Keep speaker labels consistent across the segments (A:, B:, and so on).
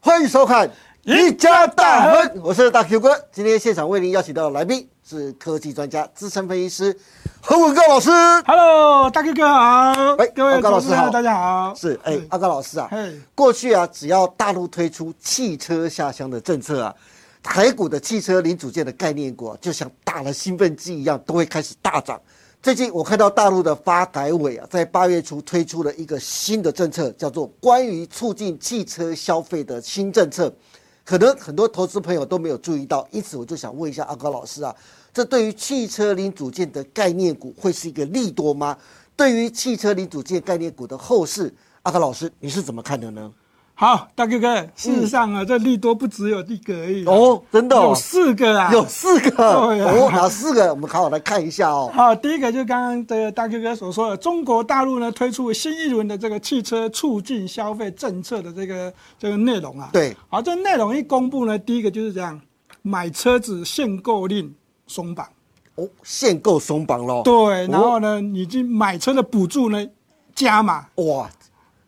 A: 欢迎收看《
B: 一家大亨》，
A: 我是大 Q 哥。今天现场为您邀请到的来宾是科技专家、资深分析师何文高老师。
B: Hello，大哥哥好，
A: 喂哦
B: 各位
A: 高老
B: 投
A: 师
B: 资朋友
A: 好
B: 大家好。嗯
A: 是，哎、阿高老师啊
B: 嘿，
A: 过去啊，只要大陆推出汽车下乡的政策啊，台股的汽车零组件的概念股、啊、就像打了兴奋剂一样，都会开始大涨。最近我看到大陆的发改委啊，在八月初推出了一个新的政策，叫做关于促进汽车消费的新政策。可能很多投资朋友都没有注意到，因此我就想问一下阿高老师啊，这对于汽车零组件的概念股会是一个利多吗？对于汽车零组件概念股的后市，阿高老师你是怎么看的呢？
B: 好，大哥哥，事实上啊，这利多不只有一个而已
A: 嗯
B: 啊，
A: 哦，真的、
B: 有
A: 哦，
B: 四个啊，
A: 有四个
B: 对啊
A: 哦，哪四个？我们好好来看一下哦。
B: 好，第一个就是刚刚的大哥哥所说的，中国大陆呢推出新一轮的这个汽车促进消费政策的这个这个内容啊。
A: 对。
B: 好，这内容一公布呢，第一个就是这样，买车子限购令松绑。
A: 哦，限购松绑喽。
B: 对，然后呢，你去买车的补助呢加码。
A: 哇，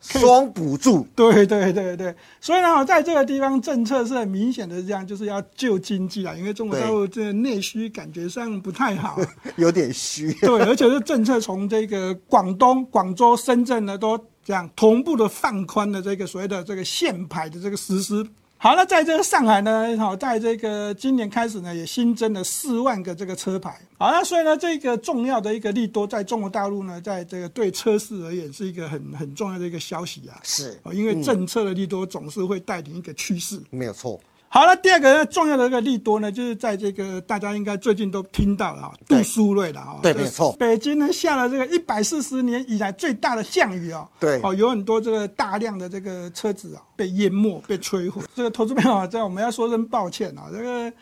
A: 双补助
B: 对对对对，所以呢，在这个地方政策是很明显的，这样就是要救经济啊，因为中国大陆这个内需感觉上不太好、
A: 有点虚。
B: 对，而且这政策从这个广东、广州、深圳呢，都这样同步的放宽了这个所谓的这个限牌的这个实施。好，那在这个上海呢，好，在这个今年开始呢，也新增了四万个这个车牌。好，那所以呢，这个重要的一个利多，在中国大陆呢，在这个对车市而言是一个很很重要的一个消息 啊。
A: 是，
B: 哦因为政策的利多总是会带领一个趋势。
A: 没有错。
B: 好，那第二个重要的一个利多呢，就是在这个大家应该最近都听到了啊、
A: 对
B: 杜苏芮了啊、
A: 对
B: 这个
A: 没错
B: 北京呢下了这个一百四十年以来最大的降雨啊、
A: 对
B: 哦，有很多这个大量的这个车子啊被淹没、被摧毁。这个投资朋友啊，这样我们要说声抱歉啊，这个。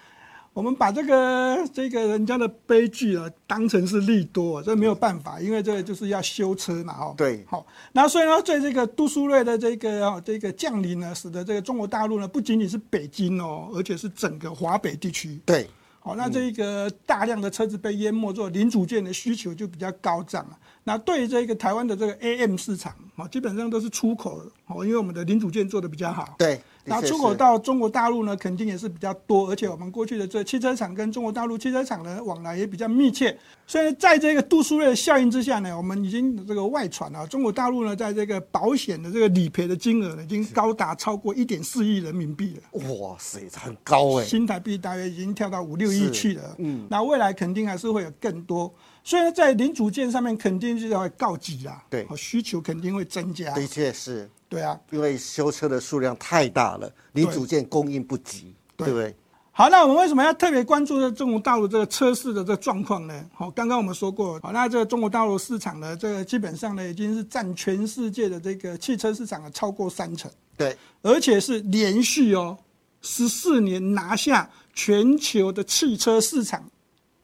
B: 我们把这个这个人家的悲剧啊，当成是利多、啊这没有办法，因为这个就是要修车嘛，哦。
A: 对
B: 好，那所以呢，对这个杜苏芮的这个哦这个降临呢，使得这个中国大陆呢，不仅仅是北京哦，而且是整个华北地区。
A: 对，
B: 好，那这个大量的车子被淹没之后，零组件的需求就比较高涨了。那对于这个台湾的这个 AM 市场，哦，基本上都是出口的哦，因为我们的零组件做的比较好。
A: 对，
B: 然后
A: 的确
B: 出口
A: 是
B: 到中国大陆呢，肯定也是比较多，而且我们过去的这汽车厂跟中国大陆汽车厂的往来也比较密切，所以在这个杜苏芮的效应之下呢，我们已经这个外传啊，中国大陆呢，在这个保险的这个理赔的金额呢，已经高达超过一点四亿人民币了。
A: 哇塞，很高哎、
B: 新台币大约已经跳到五六亿
A: 是
B: 去了，嗯，那未来肯定还是会有更多，所以呢，在零组件上面肯定是会告急啦，
A: 对
B: 哦需求肯定会增加，
A: 的确是
B: 对啊，
A: 因为修车的数量太大了，零
B: 对
A: 组件供应不及，对
B: 对
A: 不对？
B: 好，那我们为什么要特别关注这中国大陆这个车市的这个状况呢？好、刚刚我们说过，好，那这个中国大陆市场呢，这个基本上呢已经是占全世界的这个汽车市场的超过三成，
A: 对，
B: 而且是连续哦十四年拿下全球的汽车市场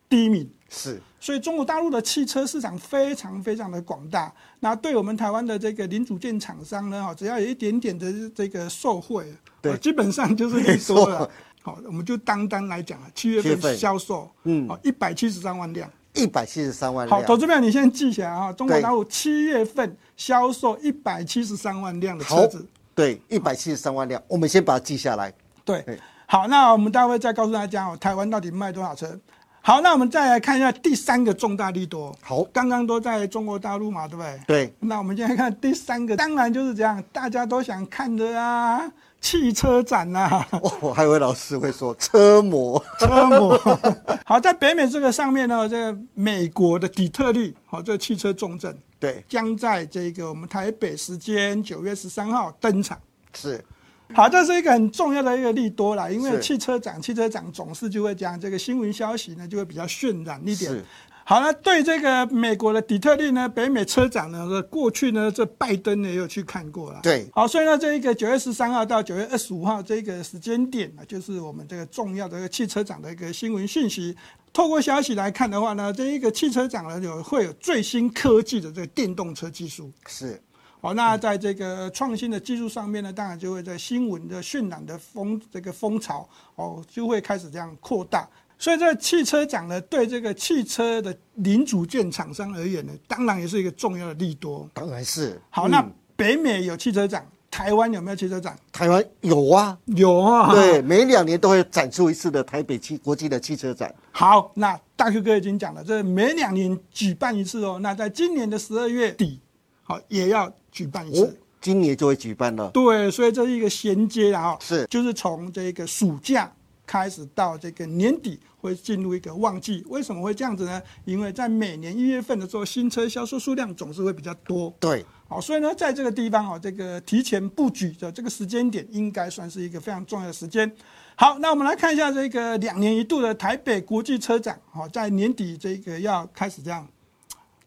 B: 第一名。
A: 是
B: 所以中国大陆的汽车市场非常非常的广大，那对我们台湾的这个零组件厂商呢，哦，只要有一点点的这个受惠，
A: 对
B: 哦基本上就是利多了。好，我们就单单来讲啊，七月
A: 七月份
B: 份销售，嗯，哦，一百七十三万辆。
A: 一百七十三万
B: 好，投
A: 辆，
B: 资票你先记起来啊，中国
A: 对
B: 大陆七月份销售一百七十三万辆的车子，
A: 对，一百七十三万辆，我们先把它记下来。
B: 对
A: 对，
B: 好，那我们待会再告诉大家哦，台湾到底卖多少车。好，那我们再来看一下第三个重大利多。
A: 好
B: 刚刚都在中国大陆嘛，对不对？
A: 对，
B: 那我们现在看第三个，当然就是这样，大家都想看的啊，汽车展 啊，
A: 哦，我还有位老师会说车模，
B: 车模。好，在北美这个上面呢，这个美国的底特律，好、这个汽车重镇
A: 对，
B: 将在这个我们台北时间九月十三号登场。
A: 是
B: 好，这是一个很重要的一个利多啦，因为
A: 是
B: 汽车展，汽车展总是就会讲这个新闻消息呢，就会比较渲染一点
A: 是。
B: 好了，那对这个美国的底特律呢，北美车展呢，这过去呢，这拜登呢也有去看过了。
A: 对
B: 好，所以呢，这一个九月十三号到九月二十五号这个时间点呢，就是我们这个重要的一个汽车展的一个新闻讯息。透过消息来看的话呢，这一个汽车展呢有会有最新科技的这个电动车技术。
A: 是，
B: 好，那在这个创新的技术上面呢，当然就会在新闻的渲染的风这个风潮哦，就会开始这样扩大。所以这个汽车展呢，对这个汽车的零组件厂商而言呢，当然也是一个重要的利多。
A: 当然是嗯
B: 好，那北美有汽车展，台湾有没有汽车展？
A: 台湾有啊，
B: 有啊。
A: 对，每两年都会展出一次的台北汽国际的汽车展。
B: 好，那大 Q 哥已经讲了，这每两年举办一次哦。那在今年的十二月底，好也要举办一次。
A: 哦，今年就会举办了。
B: 对，所以这是一个衔接啦、哈，
A: 是
B: 就是从这个暑假开始到这个年底会进入一个旺季。为什么会这样子呢？因为在每年一月份的时候，新车销售数量总是会比较多。
A: 对，
B: 好，所以呢，在这个地方哦，这个提前布局的这个时间点，应该算是一个非常重要的时间。好，那我们来看一下这个两年一度的台北国际车展，好，在年底这个要开始这样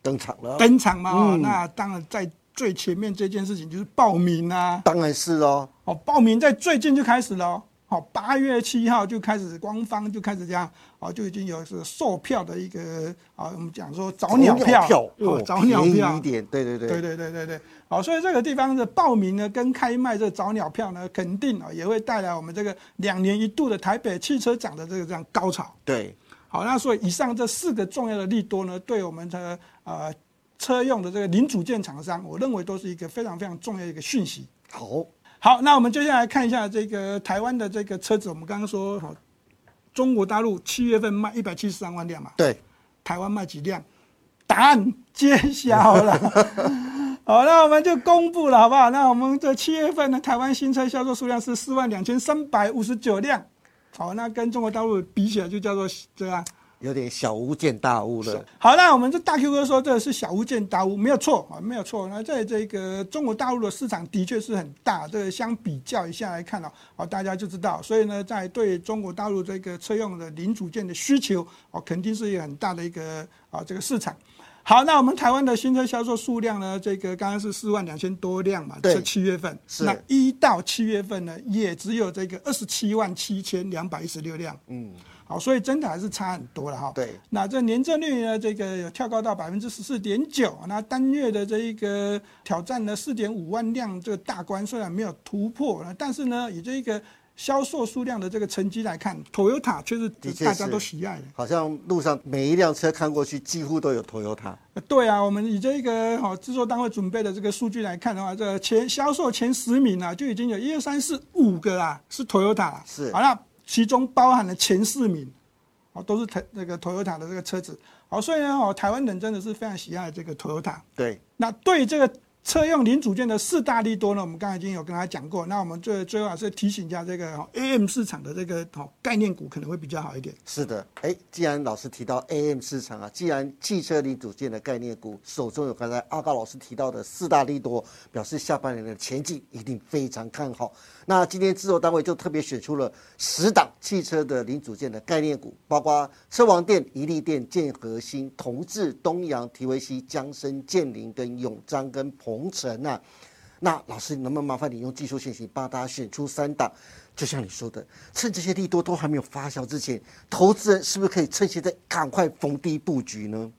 A: 登场了。
B: 登场嘛，哦，那当然在最前面这件事情就是报名啊，
A: 当然是哦，
B: 哦，报名在最近就开始了哦，好，八月七号就开始官方就开始这样，哦，就已经有是售票的一个啊，我们讲说早鸟票，哦，
A: 哦
B: 早鸟
A: 便宜
B: 票
A: 一，点，对对
B: 对
A: 对，
B: 对对对对，好，所以这个地方的报名呢，跟开卖这早鸟票呢，肯定啊、也会带来我们这个两年一度的台北汽车展的这个这样高潮。
A: 对，
B: 好，那所以以上这四个重要的利多呢，对我们的呃车用的这个零组件厂商，我认为都是一个非常非常重要的一个讯息。
A: 好，
B: 好，那我们接下来看一下这个台湾的这个车子，我们刚刚说好，中国大陆七月份卖一百七十三万辆嘛，
A: 对，
B: 台湾卖几辆？答案揭晓了。好，那我们就公布了，好不好？那我们的七月份呢，台湾新车销售数量是四万两千三百五十九辆。好，那跟中国大陆比起来，就叫做啊这样。
A: 有点小巫见大巫了。
B: 好，那我们这大 Q 哥说这是小巫见大巫，没有错啊，没有错。那在这个中国大陆的市场的确是很大，这个相比较一下来看哦，哦大家就知道。所以呢，在对中国大陆这个车用的零组件的需求哦，肯定是一个很大的一个啊这个市场。好，那我们台湾的新车销售数量呢？这个刚刚是四万两千多辆嘛，
A: 对
B: 这七月份。
A: 是
B: 那一到七月份呢，也只有这个二十七万七千两百一十六辆。嗯，好，所以真的还是差很多了哈。
A: 对
B: 那这年增率呢，这个有跳高到百分之十四点九，那单月的这一个挑战呢，四点五万辆这个大关虽然没有突破，那但是呢，以这一个销售数量的这个成绩来看，Toyota 却
A: 的确
B: 是
A: 是
B: 大家都喜爱的。
A: 好像路上每一辆车看过去，几乎都有 Toyota。
B: 呃对啊，我们以这个哦制作单位准备的这个数据来看的话，这个前销售前十名啊，就已经有一二三四五个啦，是 Toyota 啦。
A: 是
B: 好那其中包含了前四名，哦，都是台那个 Toyota 的这个车子。好，所以呢，哦，台湾人真的是非常喜爱这个 Toyota。
A: 对，
B: 那对这个车用零组件的四大利多呢，我们刚才已经有跟大家讲过。那我们最最后啊还是提醒一下这个哦 AM 市场的这个哦概念股可能会比较好一点。
A: 是的，哎，既然老师提到 AM 市场啊，既然汽车零组件的概念股手中有刚才阿高老师提到的四大利多，表示下半年的前景一定非常看好。那今天制作单位就特别选出了十档汽车的零组件的概念股，包括车王店、宜利店、建和新、同志、东阳、提维西、江生、建林跟永章跟鹏程啊。那老师，能不能麻烦你用技术信息帮大家选出三档？就像你说的，趁这些利多都还没有发酵之前，投资人是不是可以趁现在赶快逢低布局呢？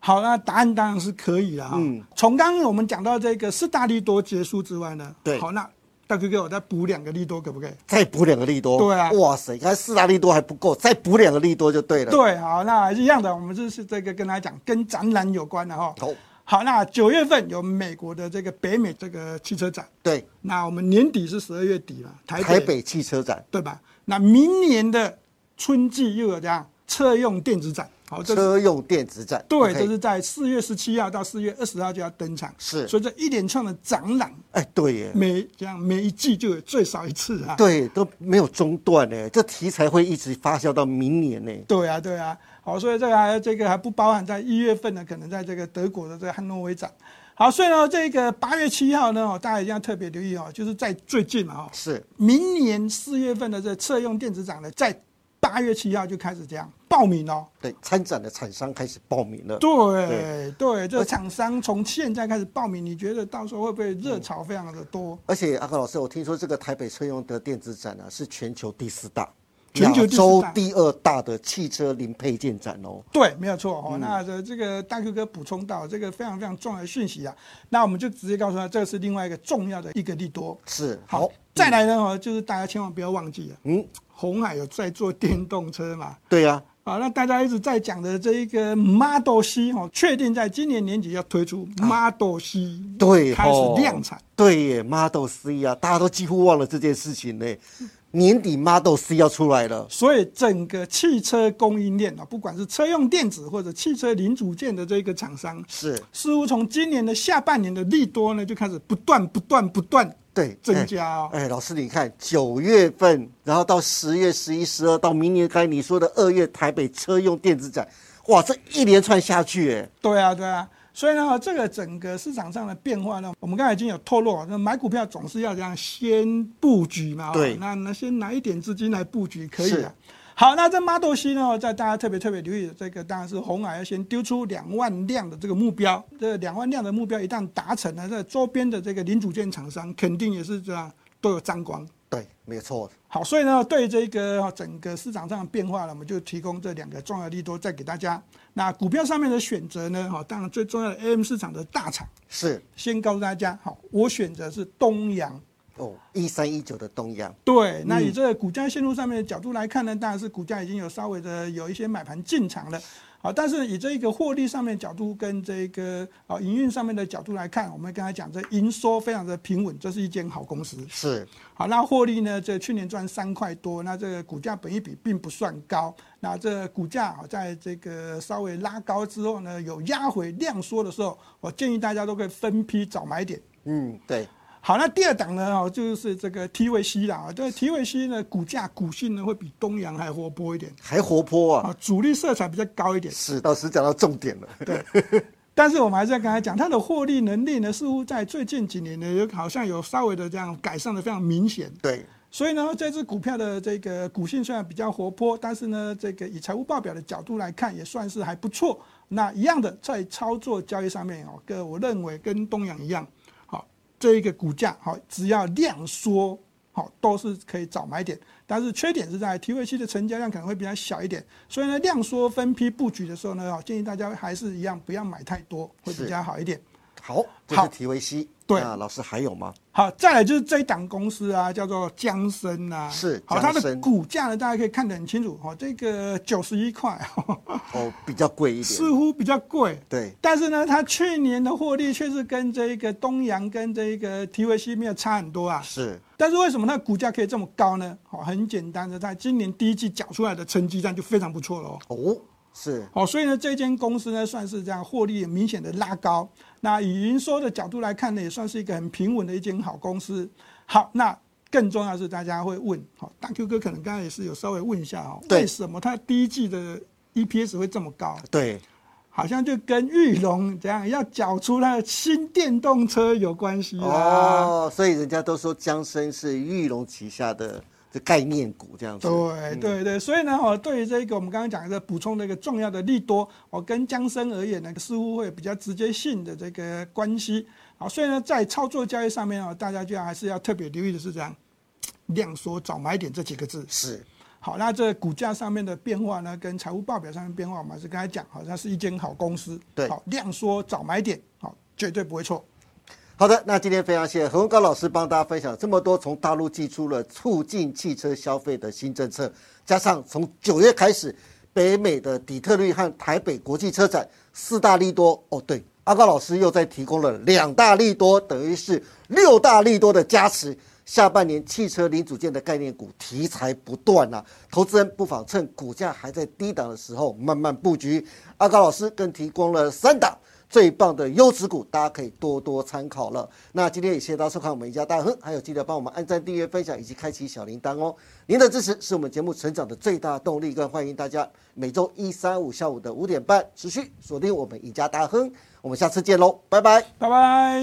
B: 好，那答案当然是可以了哈。
A: 嗯
B: 从刚刚我们讲到这个四大利多结束之外呢，
A: 对
B: 好，那大 Q 哥，我再补两个利多可不可以？
A: 再补两个利多，
B: 对啊
A: 哇塞，刚才四大利多还不够，再补两个利多就对了。，
B: 对，好，那一样的，我们就是这个跟大家讲跟展览有关的哈。
A: 好，
B: 好，那九月份有美国的这个北美这个汽车展，
A: 对，
B: 那我们年底是十二月底了，台北
A: 台北汽车展、
B: 对吧？那明年的春季又有这样车用电子展，好，哦这是
A: 车用电子展，
B: 对，
A: OK
B: 这是在四月十七号到四月二十号就要登场，
A: 是
B: 所以这一连串的展览
A: 哎，对耶，
B: 每这样每一季就有最少一次啊。
A: 对，都没有中断呢，这题材会一直发酵到明年呢。
B: 对啊，对啊，好，所以这个还这个还不包含在一月份呢，可能在这个德国的这个汉诺威展。好，所以呢，这个八月七号呢，哦，大家一定要特别留意哦，就是在最近嘛，哦，
A: 是，
B: 明年四月份的这车用电子展呢，在八月七号就开始这样报名哦。
A: 对，参展的厂商开始报名了。
B: 对对，这个厂商从现在开始报名，你觉得到时候会不会热潮非常的多？
A: 而且阿高老师，我听说这个台北车用的电子展呢、啊，是全球第四大，
B: 全球第四大
A: 亚洲第二大的汽车零配件展哦。
B: 对，没有错哦。那这这个大 Q 哥补充到这个非常非常重要的讯息啊，那我们就直接告诉他，这是另外一个重要的一个利多。
A: 是，好，嗯
B: 再来呢哦，就是大家千万不要忘记啊，
A: 嗯，
B: 红海有在做电动车嘛，
A: 对呀、啊
B: 好，那大家一直在讲的这一个 Model C 哈、哦，确定在今年年底要推出 Model C，、
A: 啊对哦
B: 开始
A: 吼
B: 量产。
A: 对耶，Model C 啊，大家都几乎忘了这件事情呢。年底 Model C 要出来了，
B: 所以整个汽车供应链啊，不管是车用电子或者汽车零组件的这个厂商，
A: 是
B: 似乎从今年的下半年的利多呢，就开始不断、不断、不断
A: 对
B: 增加哦
A: 哎。哎，老师，你看九月份，然后到十月、十一、十二，到明年开你说的二月台北车用电子展，哇，这一连串下去，哎，
B: 对啊，对啊。所以呢，这个整个市场上的变化呢，我们刚才已经有透露啊，那买股票总是要这样先布局嘛。哦
A: 对
B: 那那先拿一点资金来布局可以
A: 是
B: 的。好，那这 Model C 呢，在大家特别特别留意的这个，当然是红海要先丢出两万辆的这个目标。这两万辆的目标一旦达成了，这周边的这个零组件厂商肯定也是这样都有沾光。
A: 对，没有错，
B: 好，所以呢，对这个哦整个市场上的变化呢，我们就提供这两个重要利多再给大家。那股票上面的选择呢，哈，当然最重要的 AM 市场的大厂，
A: 是
B: 先告诉大家，好，我选择是东阳。
A: 哦，一三一九的东阳，
B: 对，那以这个股价线路上面的角度来看呢，当然是股价已经有稍微的有一些买盘进场了。好，但是以这个获利上面的角度跟这个啊营运上面的角度来看，我们刚才讲这营收非常的平稳，这是一间好公司。
A: 是
B: 好，那获利呢？这去年赚三块多，那这个股价本益比并不算高。那这股价啊，在这个稍微拉高之后呢，有压回量缩的时候，我建议大家都可以分批找买点。
A: 嗯，对，
B: 好，那第二档呢？哦，就是这个 TVC 啦。哦这 TVC 呢，股价股性呢会比东阳还活泼一点，
A: 还活泼啊。
B: 啊，主力色彩比较高一点。
A: 是，老师讲到重点了。对，
B: 但是我们还是要跟他讲，它的获利能力呢，似乎在最近几年呢，有好像有稍微的这样改善的非常明显。
A: 对，
B: 所以呢，这只股票的这个股性虽然比较活泼，但是呢，这个以财务报表的角度来看，也算是还不错。那一样的，在操作交易上面哦，跟我认为跟东阳一样，好、这一个股价好、只要量缩好、都是可以早买点。但是缺点是在 TVC 的成交量可能会比较小一点，所以呢，量缩分批布局的时候呢，哦建议大家还是一样不要买太多，会比
A: 是
B: 较好一点。
A: 好，这
B: 好
A: 是提维 C。
B: 对
A: 那老师还有吗？
B: 好，再来就是这一档公司啊，叫做江森啊，
A: 是
B: 好，它
A: 江
B: 的
A: 森
B: 股价呢，大家可以看得很清楚，哦，这个九十一块， 呵呵
A: 哦，比较贵一点。
B: 似乎比较贵，
A: 对，
B: 但是呢，它去年的获利却是跟这个东阳跟这个 TVC 没有差很多啊。
A: 是
B: 但是为什么它的股价可以这么高呢？好，很简单的，它今年第一季缴出来的成绩单就非常不错了哦。
A: 哦，是
B: 好，所以呢，这间公司呢，算是这样获利明显的拉高。那以营收的角度来看呢，也算是一个很平稳的一间好公司。好，那更重要的是，大家会问，好，大 Q 哥可能刚才也是有稍微问一下哦，
A: 对
B: 为什么它第一季的 EPS 会这么高？
A: 对，
B: 好像就跟玉龙这样要缴出它的新电动车有关系啊啦。
A: 哦，所以人家都说江生是玉龙旗下的这概念股这
B: 嗯
A: 样子。
B: 对对对，所以呢，哦，对于这个我们刚刚讲的补充的一个重要的利多，哦，跟江生而言呢，似乎会有比较直接性的这个关系。好，所以呢，在操作交易上面哦，大家就要还是要特别留意的是这样，量缩早买点这几个字。
A: 是
B: 好，那这股价上面的变化呢，跟财务报表上面变化，我们还是刚才讲，好，它是一间好公司。
A: 对
B: 好，量缩早买点，好，绝对不会错。
A: 好的，那今天非常谢谢何文高老师帮大家分享这么多从大陆寄出了促进汽车消费的新政策，加上从九月开始，北美的底特律和台北国际车展四大利多哦，对，阿高老师又在提供了两大利多，等于是六大利多的加持。下半年汽车零组件的概念股题材不断啊，投资人不妨趁股价还在低档的时候慢慢布局。阿高老师更提供了三档最棒的优质股，大家可以多多参考了。那今天也谢谢大家收看我们赢家大亨，还有记得帮我们按赞、订阅、分享以及开启小铃铛哦。您的支持是我们节目成长的最大动力，更欢迎大家每周一、三、五下午的五点半持续锁定我们赢家大亨。我们下次见喽，拜拜。
B: 拜拜。